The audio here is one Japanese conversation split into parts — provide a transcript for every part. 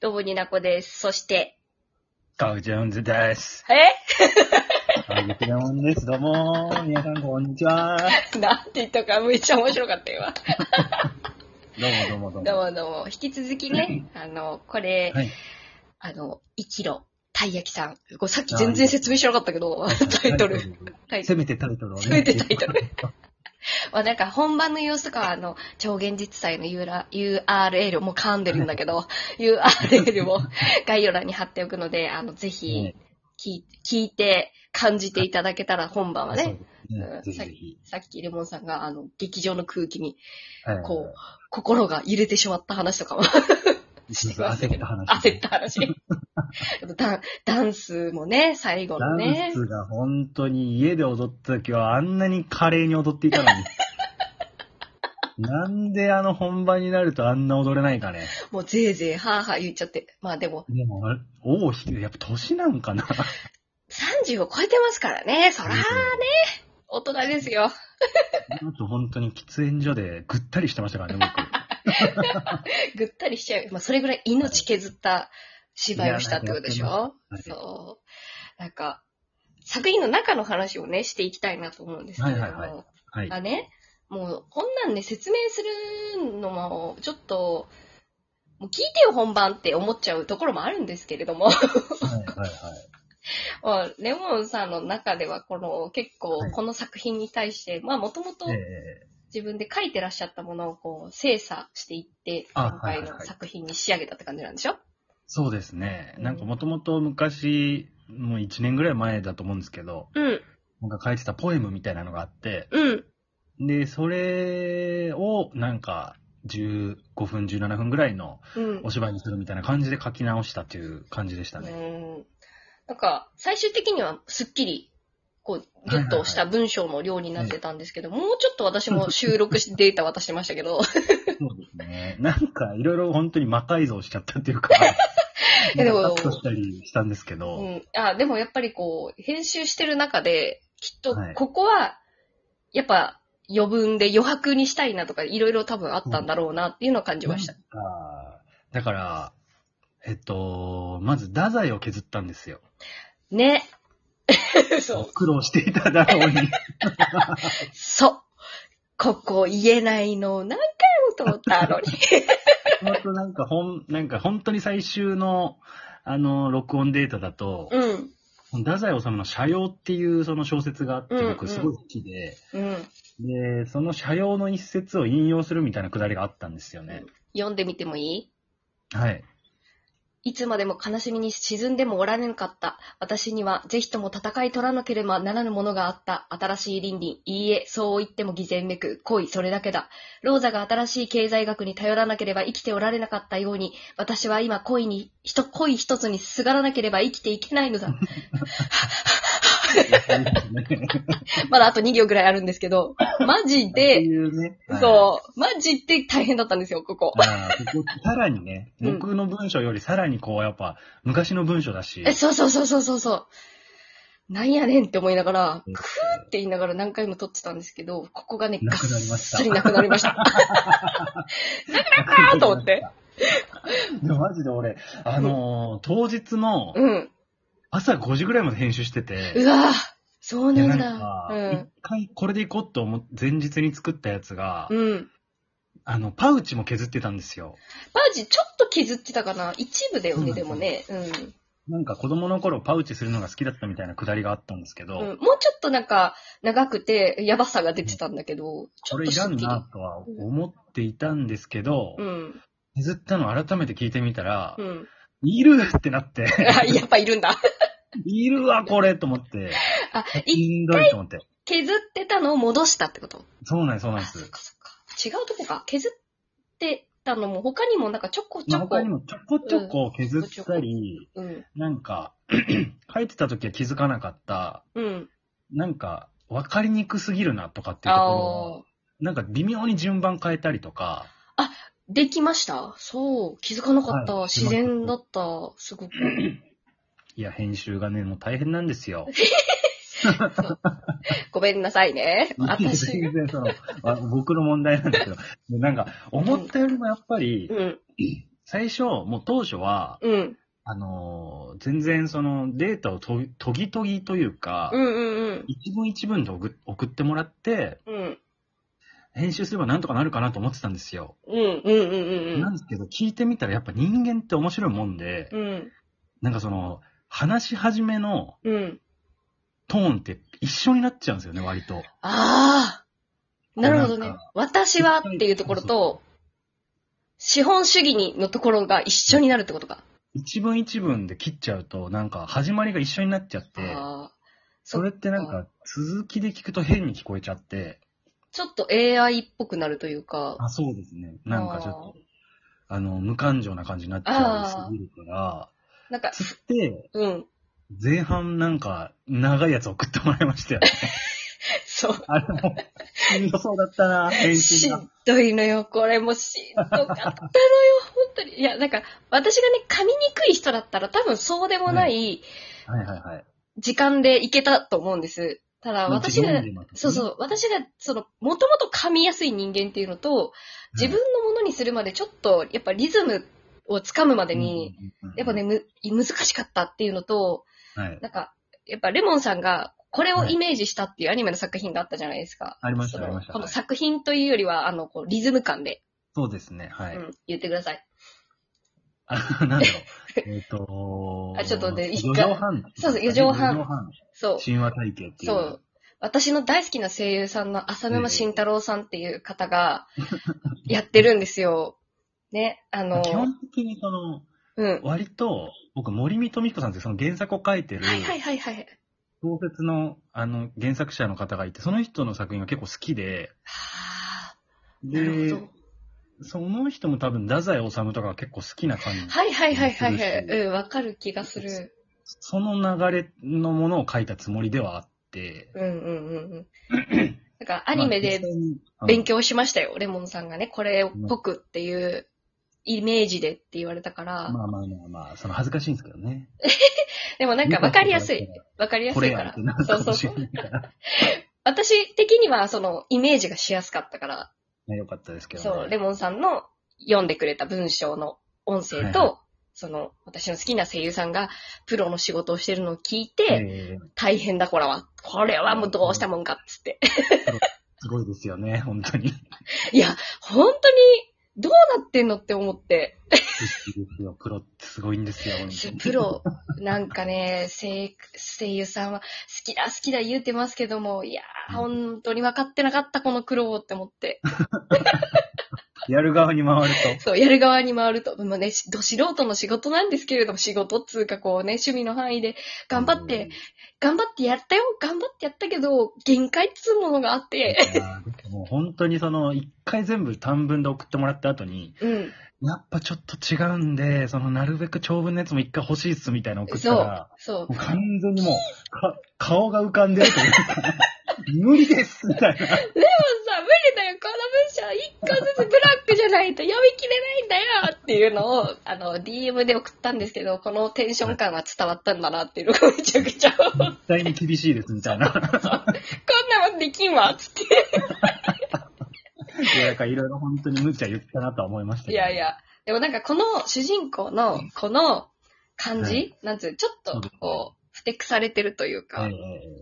ロボニナコです。そして、ガウジョーンズです。え ガウジョーンズです。どうもー。皆さん、こんにちは。なんて言ったかめっちゃ面白かった今。どうもど うもどどううも。もどうも。引き続きね、あの、これ、はいあの、生きろ、たい焼きさん。これさっき全然説明しなかったけど、 タイトル。。タイトせル。めてタイトルをね。せめてタイトル。 まあなんか本番の様子とかは、あの、超現実祭の URL もう噛んでるんだけど、URL も 概要欄に貼っておくので、あの、ぜひね聞い、聞いて感じていただけたら本番はそうね、ですねうんぜひぜひ。さっきレモンさんが、あの、劇場の空気にはいこう、心が揺れてしまった話とかも、そうそう焦った話。焦った話。ダンダンスもね、最後のダンね。スが本当に家で踊った時はあんなに華麗に踊っていたの に。なんであの本番になるとあんな踊れないかね。もうぜいぜい、はあはあ言っちゃって。まあでも、でも、王を引く、やっぱ年なんかな。 30を超えてますからね、そ ら、大人ですよ。あと本当に喫煙所でぐったりしてましたからね、僕。ぐったりしちゃう。まあそれぐらい命削った芝居をしたってことでしいやょはいそう。なんか、作品の中の話をね、していきたいなと思うんですけれども。はいはいははい。がね、もうこんなんね、説明するのも、ちょっと、もう聞いてよ本番って思っちゃうところもあるんですけれども、 はいはいはい。まあレモンさんの中では、この結構はいこの作品に対して、まあもともとええ自分で書いてらっしゃったものをこう精査していって、あ今回はいはいのはい作品に仕上げたって感じなんでしょそうですね。なんかもともと昔、もう1年ぐらい前だと思うんですけど、うん、なんか書いてたポエムみたいなのがあって、うん、で、それをなんか15分、17分ぐらいのうんお。芝居にするみたいな感じで書き直したっていう感じでしたね。うんなんか、最終的にはすっきり、こう、ギュッとした文章の量になってたんですけど、もうちょっと私 も収録し、データ渡してましたけど、そうですね。なんかいろいろ本当に魔改造しちゃったっていうか、 やでもなんかカットしたりしたんですけど、うん。あ、でもやっぱりこう、編集してる中で、きっとはい、ここは、やっぱ、余分で余白にしたいなとか、いろいろ多分あったんだろうなっていうのを感じました。あーだから、えっと、まず、太宰を削ったんですよ。 ね。そう。苦労して いただろうに。そう。ここ言えないのを何回もと思った のに。本当なんか、ほん、なんか本当に最終の、あの、録音データだと、うん。太宰治の社用っていうその小説があって、うんう僕んすごい好きで、うん。で、その社用の一節を引用するみたいなくだりがあったんですよね。読んでみてもいい はい。いつまでも悲しみに沈んでもおられんかった。私には、ぜひとも戦い取らなければならぬものがあった。新しい倫理。いいえ、そう言っても偽善めく。恋、それだけだ。ローザが新しい経済学に頼らなければ生きておられなかったように、私は今恋に、ひと、恋一つにすがらなければ生きていけない のだ。まだあと2行ぐらいあるんですけど、マジってで、いうね。はいそう、マジで大変だったんですよ、ここ。あーここさらにね、うん僕の文章よりさらにこう、やっぱ、昔の文章だしえ、、そうそうそうそうそうそう。なんやねんって思いながら、うんくーって言いながら何回も撮ってたんですけど、ここがね、ながっくなりましたつりなくなりました。ーと思って。 でもマジで俺、あのー当日のうん。 朝5時ぐらいまで編集してて、うわぁ、そういやなんなだんか。一回これでいこうと思って、前日に作ったやつが、うん。うん。あの、パウチも削ってたんですよ。マジ、ちょっと削ってたかな一部だよね、そうでもなんね。うん。なんか子供の頃パウチするのが好きだったみたいなくだりがあったんですけど、うんもうちょっとなんか、長くて、やばさが出てたんだけど、ちょこっれといすらっんきり。なとは思っていたんですけど、うん。削ったの改めて聞いてみたら、うん。いるってなって、あ、やっ ぱいるんだ。いるわこれと思って、あ、いしんどいと思って。削ってたのを戻したってことそうなんです、そうなんでそっす。かそっか。違うとこか。削ってたのも、他にもなんかちょこちまあょこ。他にもちょこちょこ削ったり、うん。なんか、 書いてた時は気づかなかった、うん。なんか、わかりにくすぎるなとかっていうところあをあ。なんか微妙に順番変えたりとか、できましたそう。気づかなかった。はい自然だった。す ごく。いや、編集がね、もう大変なんですよ。ごめんなさいね。 私が。全然その、あ僕の問題なんですけど、なんか、思ったよりもやっぱり、うん。最初、もう当初は、うん。あのー全然そのデータをととぎとぎというか、うんうん一文一文で送送ってもらって、うん。うん。編集すればなんとかなるかなと思ってたんですよ。うんうんうんうんなんですけど、聞いてみたらやっぱ人間って面白いもんで、うん。うん。なんかその、話し始めのうん。トーンって一緒になっちゃうんですよね、割と。ああ。なるほどねなん。私はっていうところと、資本主義にのところが一緒になるってことか。一文一文で切っちゃうと、なんか始まりが一緒になっちゃって、ああ。それってなんか続きで聞くと変に聞こえちゃって、ちょっと AI っぽくなるというか。あ、そうですね。なんかちょっと、あの、無感情な感じになっちあゃーうすぎるから、なんか、つって、うん。前半なんか長いやつ送ってもらいましたよね。 そう。あれも、しんどそうだったな、 編集しがん。どいのよ。これもしんどかったのよ。 本当に。いや、なんか、私がね、噛みにくい人だったら多分そうでもないはいはいはい。時間でいけたと思うんです。ただ、私まあが自分で、もそうそう、私が、その、もともと噛みやすい人間っていうのと、自分のものにするまでちょっと、やっぱリズムをつかむまでに、、うんうんうんうんやっぱね、、む、難しかったっていうのと、はい。なんか、やっぱレモンさんが、これをイメージしたっていうアニメの作品があったじゃないですか。ありましたそのありましたこのはい作品というよりは、あの、こう、リズム感で、そうですね、はい。うん、言ってください。あ、 なんだろう。えっとあちょっとね一四回畳半。そうそう四畳半四畳半。そう。神話体系っていう。そう。私の大好きな声優さんの浅沼慎太郎さんっていう方 がやってるんですよ。ね、あの、基本的にその、うん。割と、僕、森見富彦さんってその原作を書いてる、はいはいはいはい。小説の、あの、原作者の方がいて、その人の作品が結構好きで、はあ、なるでほど、。その人も多分、太宰治とかが結構好きな感じ。はいはいはいはいはい。するしうん、わかる気がする。その流れのものを書いたつもりではあって、うんうんうんうん。 なんかアニメでまあ実際に勉強しましたよ。レモンさんがね、これっぽくっていうイメージでって言われたから。まあまあまあまあ、その恥ずかしいんですけどね。でもなんかわかりやすい。。わかりやこすれいかやらってな。るそかうそもうしそれうな。いから。私的にはそのイメージがしやすかったから。ねよかったですけどね。そう、レモンさんの読んでくれた文章の音声と、はいその、私の好きな声優さんが、プロの仕事をしてるのを聞いて、ええ大変だ、これは。これはもうどうしたもんか、っつって。すごいですよね、本当に。いいや、本当に、どうなってんのって思って。いですよプロってすごいんですよ、本当 にプ。ロ、なんかね、声、声優さんは、好きだ、好きだ言うてますけども、いやー、本当に分かってなかった、この苦労をって思って。やる側に回ると。そう、やる側に回ると、まあね、しど素人の仕事なんですけれども、仕事っつうかこうね、趣味の範囲で頑張って、頑張ってやったよ、頑張ってやったけど、限界っつうものがあっうん。いて、やーもう本当にその、一回全部短文で送ってもらった後に、うん、やっぱちょっと違うんで、その、なるべく長文のやつも一回欲しいっすみたいなの送ったら、そうもう。完全にもう、か、顔が浮かんでるというか、無理ですみたいな。さ、無理だよ、この文章、一個ずつブラックじゃないと読み切れないんだよっていうのを、あの、DM で送ったんですけど、このテンション感は伝わったんだなっていうの がめちゃくちゃ、こんな絶対に厳しいですみたいな。もんできんわ、つって。いや、なんかいろいろ本当に無茶言ったなとは思いましたけいどやい。や。でもなんかこの主人公の、この感じ、はなんつう、ちょっとこう、ふてくされてるというか、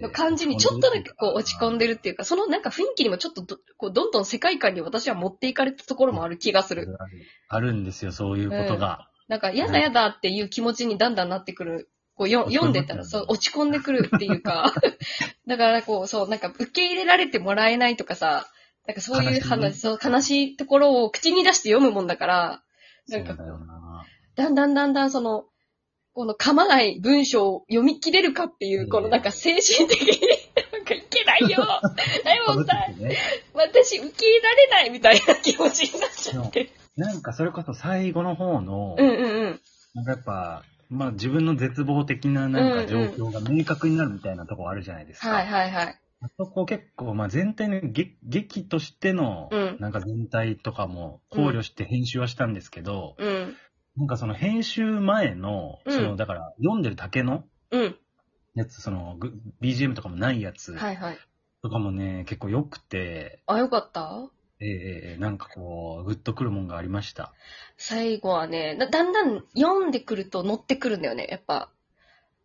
の感じにちょっとだけこう落ち込んでるるっていうか、そのなんか雰囲気にもちょっとど、こうどんどん世界観に私は持っていかれたところもある気がする。あるあるんですよ、そういうことが。なんか、やだやだっていう気持ちにだんだんなってくる。こうよ読んでたら、そう、落ち込んでくるっていうか、 だからこう、そう、なんか受け入れられてもらえないとかさ、なんかそういう悲しい話、そう、悲しいところを口に出して読むもんだから、なんそかうだよな。だんだんだんだんその、この噛まない文章を読み切れるかっていう、うんこのなんか精神的に、 なんかいけ ないよダイモンさん、被っててね私受け入れられないみたいな気持ちになっちゃって。なんかそれこそ最後の方のう、んうんなんかやっぱ、まあ自分の絶望的ななんか状況が明確になるみたいなとこあるじゃないですうん。はいか。はいはい。あそこ結構、まあ全体の劇劇としてのうん、なんか全体とかも考慮して編集はしたんですけど、うん。なんかその編集前の、うんそのだから読んでるだけのうん。やつ、そのぐ BGM とかもないやつはいはい。とかもね、結構良くて、あ、よかったええええなんかこう、ぐっとくるもんがありました。最後はね、だだんだん読んでくると乗ってくるんだよね、やっぱ。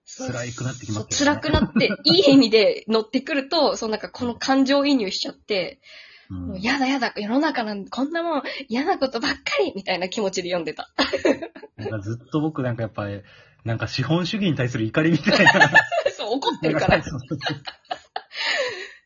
そう辛くなってきますよねそう辛くなって、 いい意味で乗ってくると、そうなんかこの感情移入しちゃって、うんもうやだやだ、世の中なんこんなもん嫌なことばっかりみたいな気持ちで読んでた。 なんかずっと僕なんかやっぱり、なんか資本主義に対する怒りみたいな。そう、怒ってるから。そう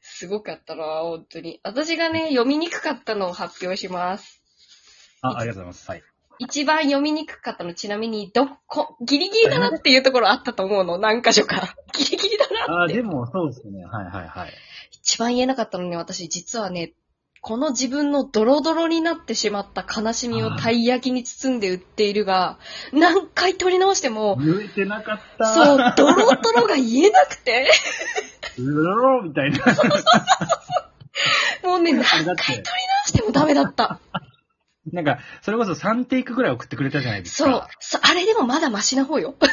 すごかったな、本当に。私がね、読みにくかったのを発表します。 あ、ありがとうございます。はい。一番読みにくかったの、ちなみに、どこ、ギリギリだなっていうところあったと思うの、何箇所か。 ギリギリだなあっー、て。でもそうですね。はいはいはい。一番言えなかったのね、私、実はね、この自分のドロドロになってしまった悲しみをたい焼きに包んで売っているが、何回取り直しても、言えてなかった。。そうう、ドロドロが言えなくて、 ろみたいな。 もうね、何回だ取っり直て、してもダメだった。なんか、それこそ3テイクぐらい送ってくれたじゃないですそう。か。そあれでもまだマシな方よ。そ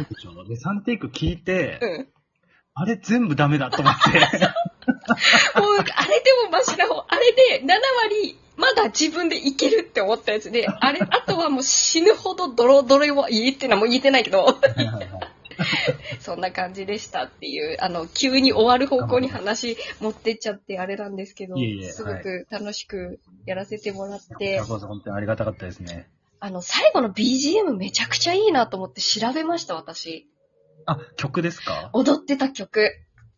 うでしょ。で、3テイク聞いて、うん。あれ全部ダメだと 思っもて。う、あれでもマシな方。あれで、7割、まだ自分でいけるって思ったやつで、あれ、あとはもう死ぬほどドロドロは言えってのはもう言えてないけど、はいはいはいそんな感じでしたっていう、あの、急に終わる方向に話持ってっちゃってあれなんですけど、いえいえすごく楽しくやらせてもらっこちてら、こそ本当にありがたかったですね。あの、最後の BGM めちゃくちゃいいなと思って調べました、私。あ、曲ですか踊ってた曲。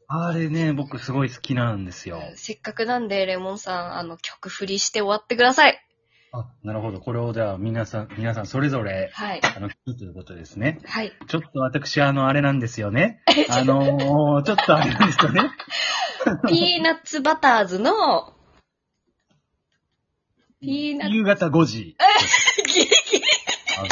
あれね、僕すごい好きなんですよ。せっかくなんで、レモンさん、あの、曲振りして終わってください。あ、なるほど。これをじゃあ皆さん、皆さんそれぞれ、はい。あの、聞くということですね。はい。ちょっと私、あの、あれなんですよね。あのー、ちょっとあれなんですよね。ピーナッツバターズの、 ピーナッツ夕方5時。 ギリギリ危ない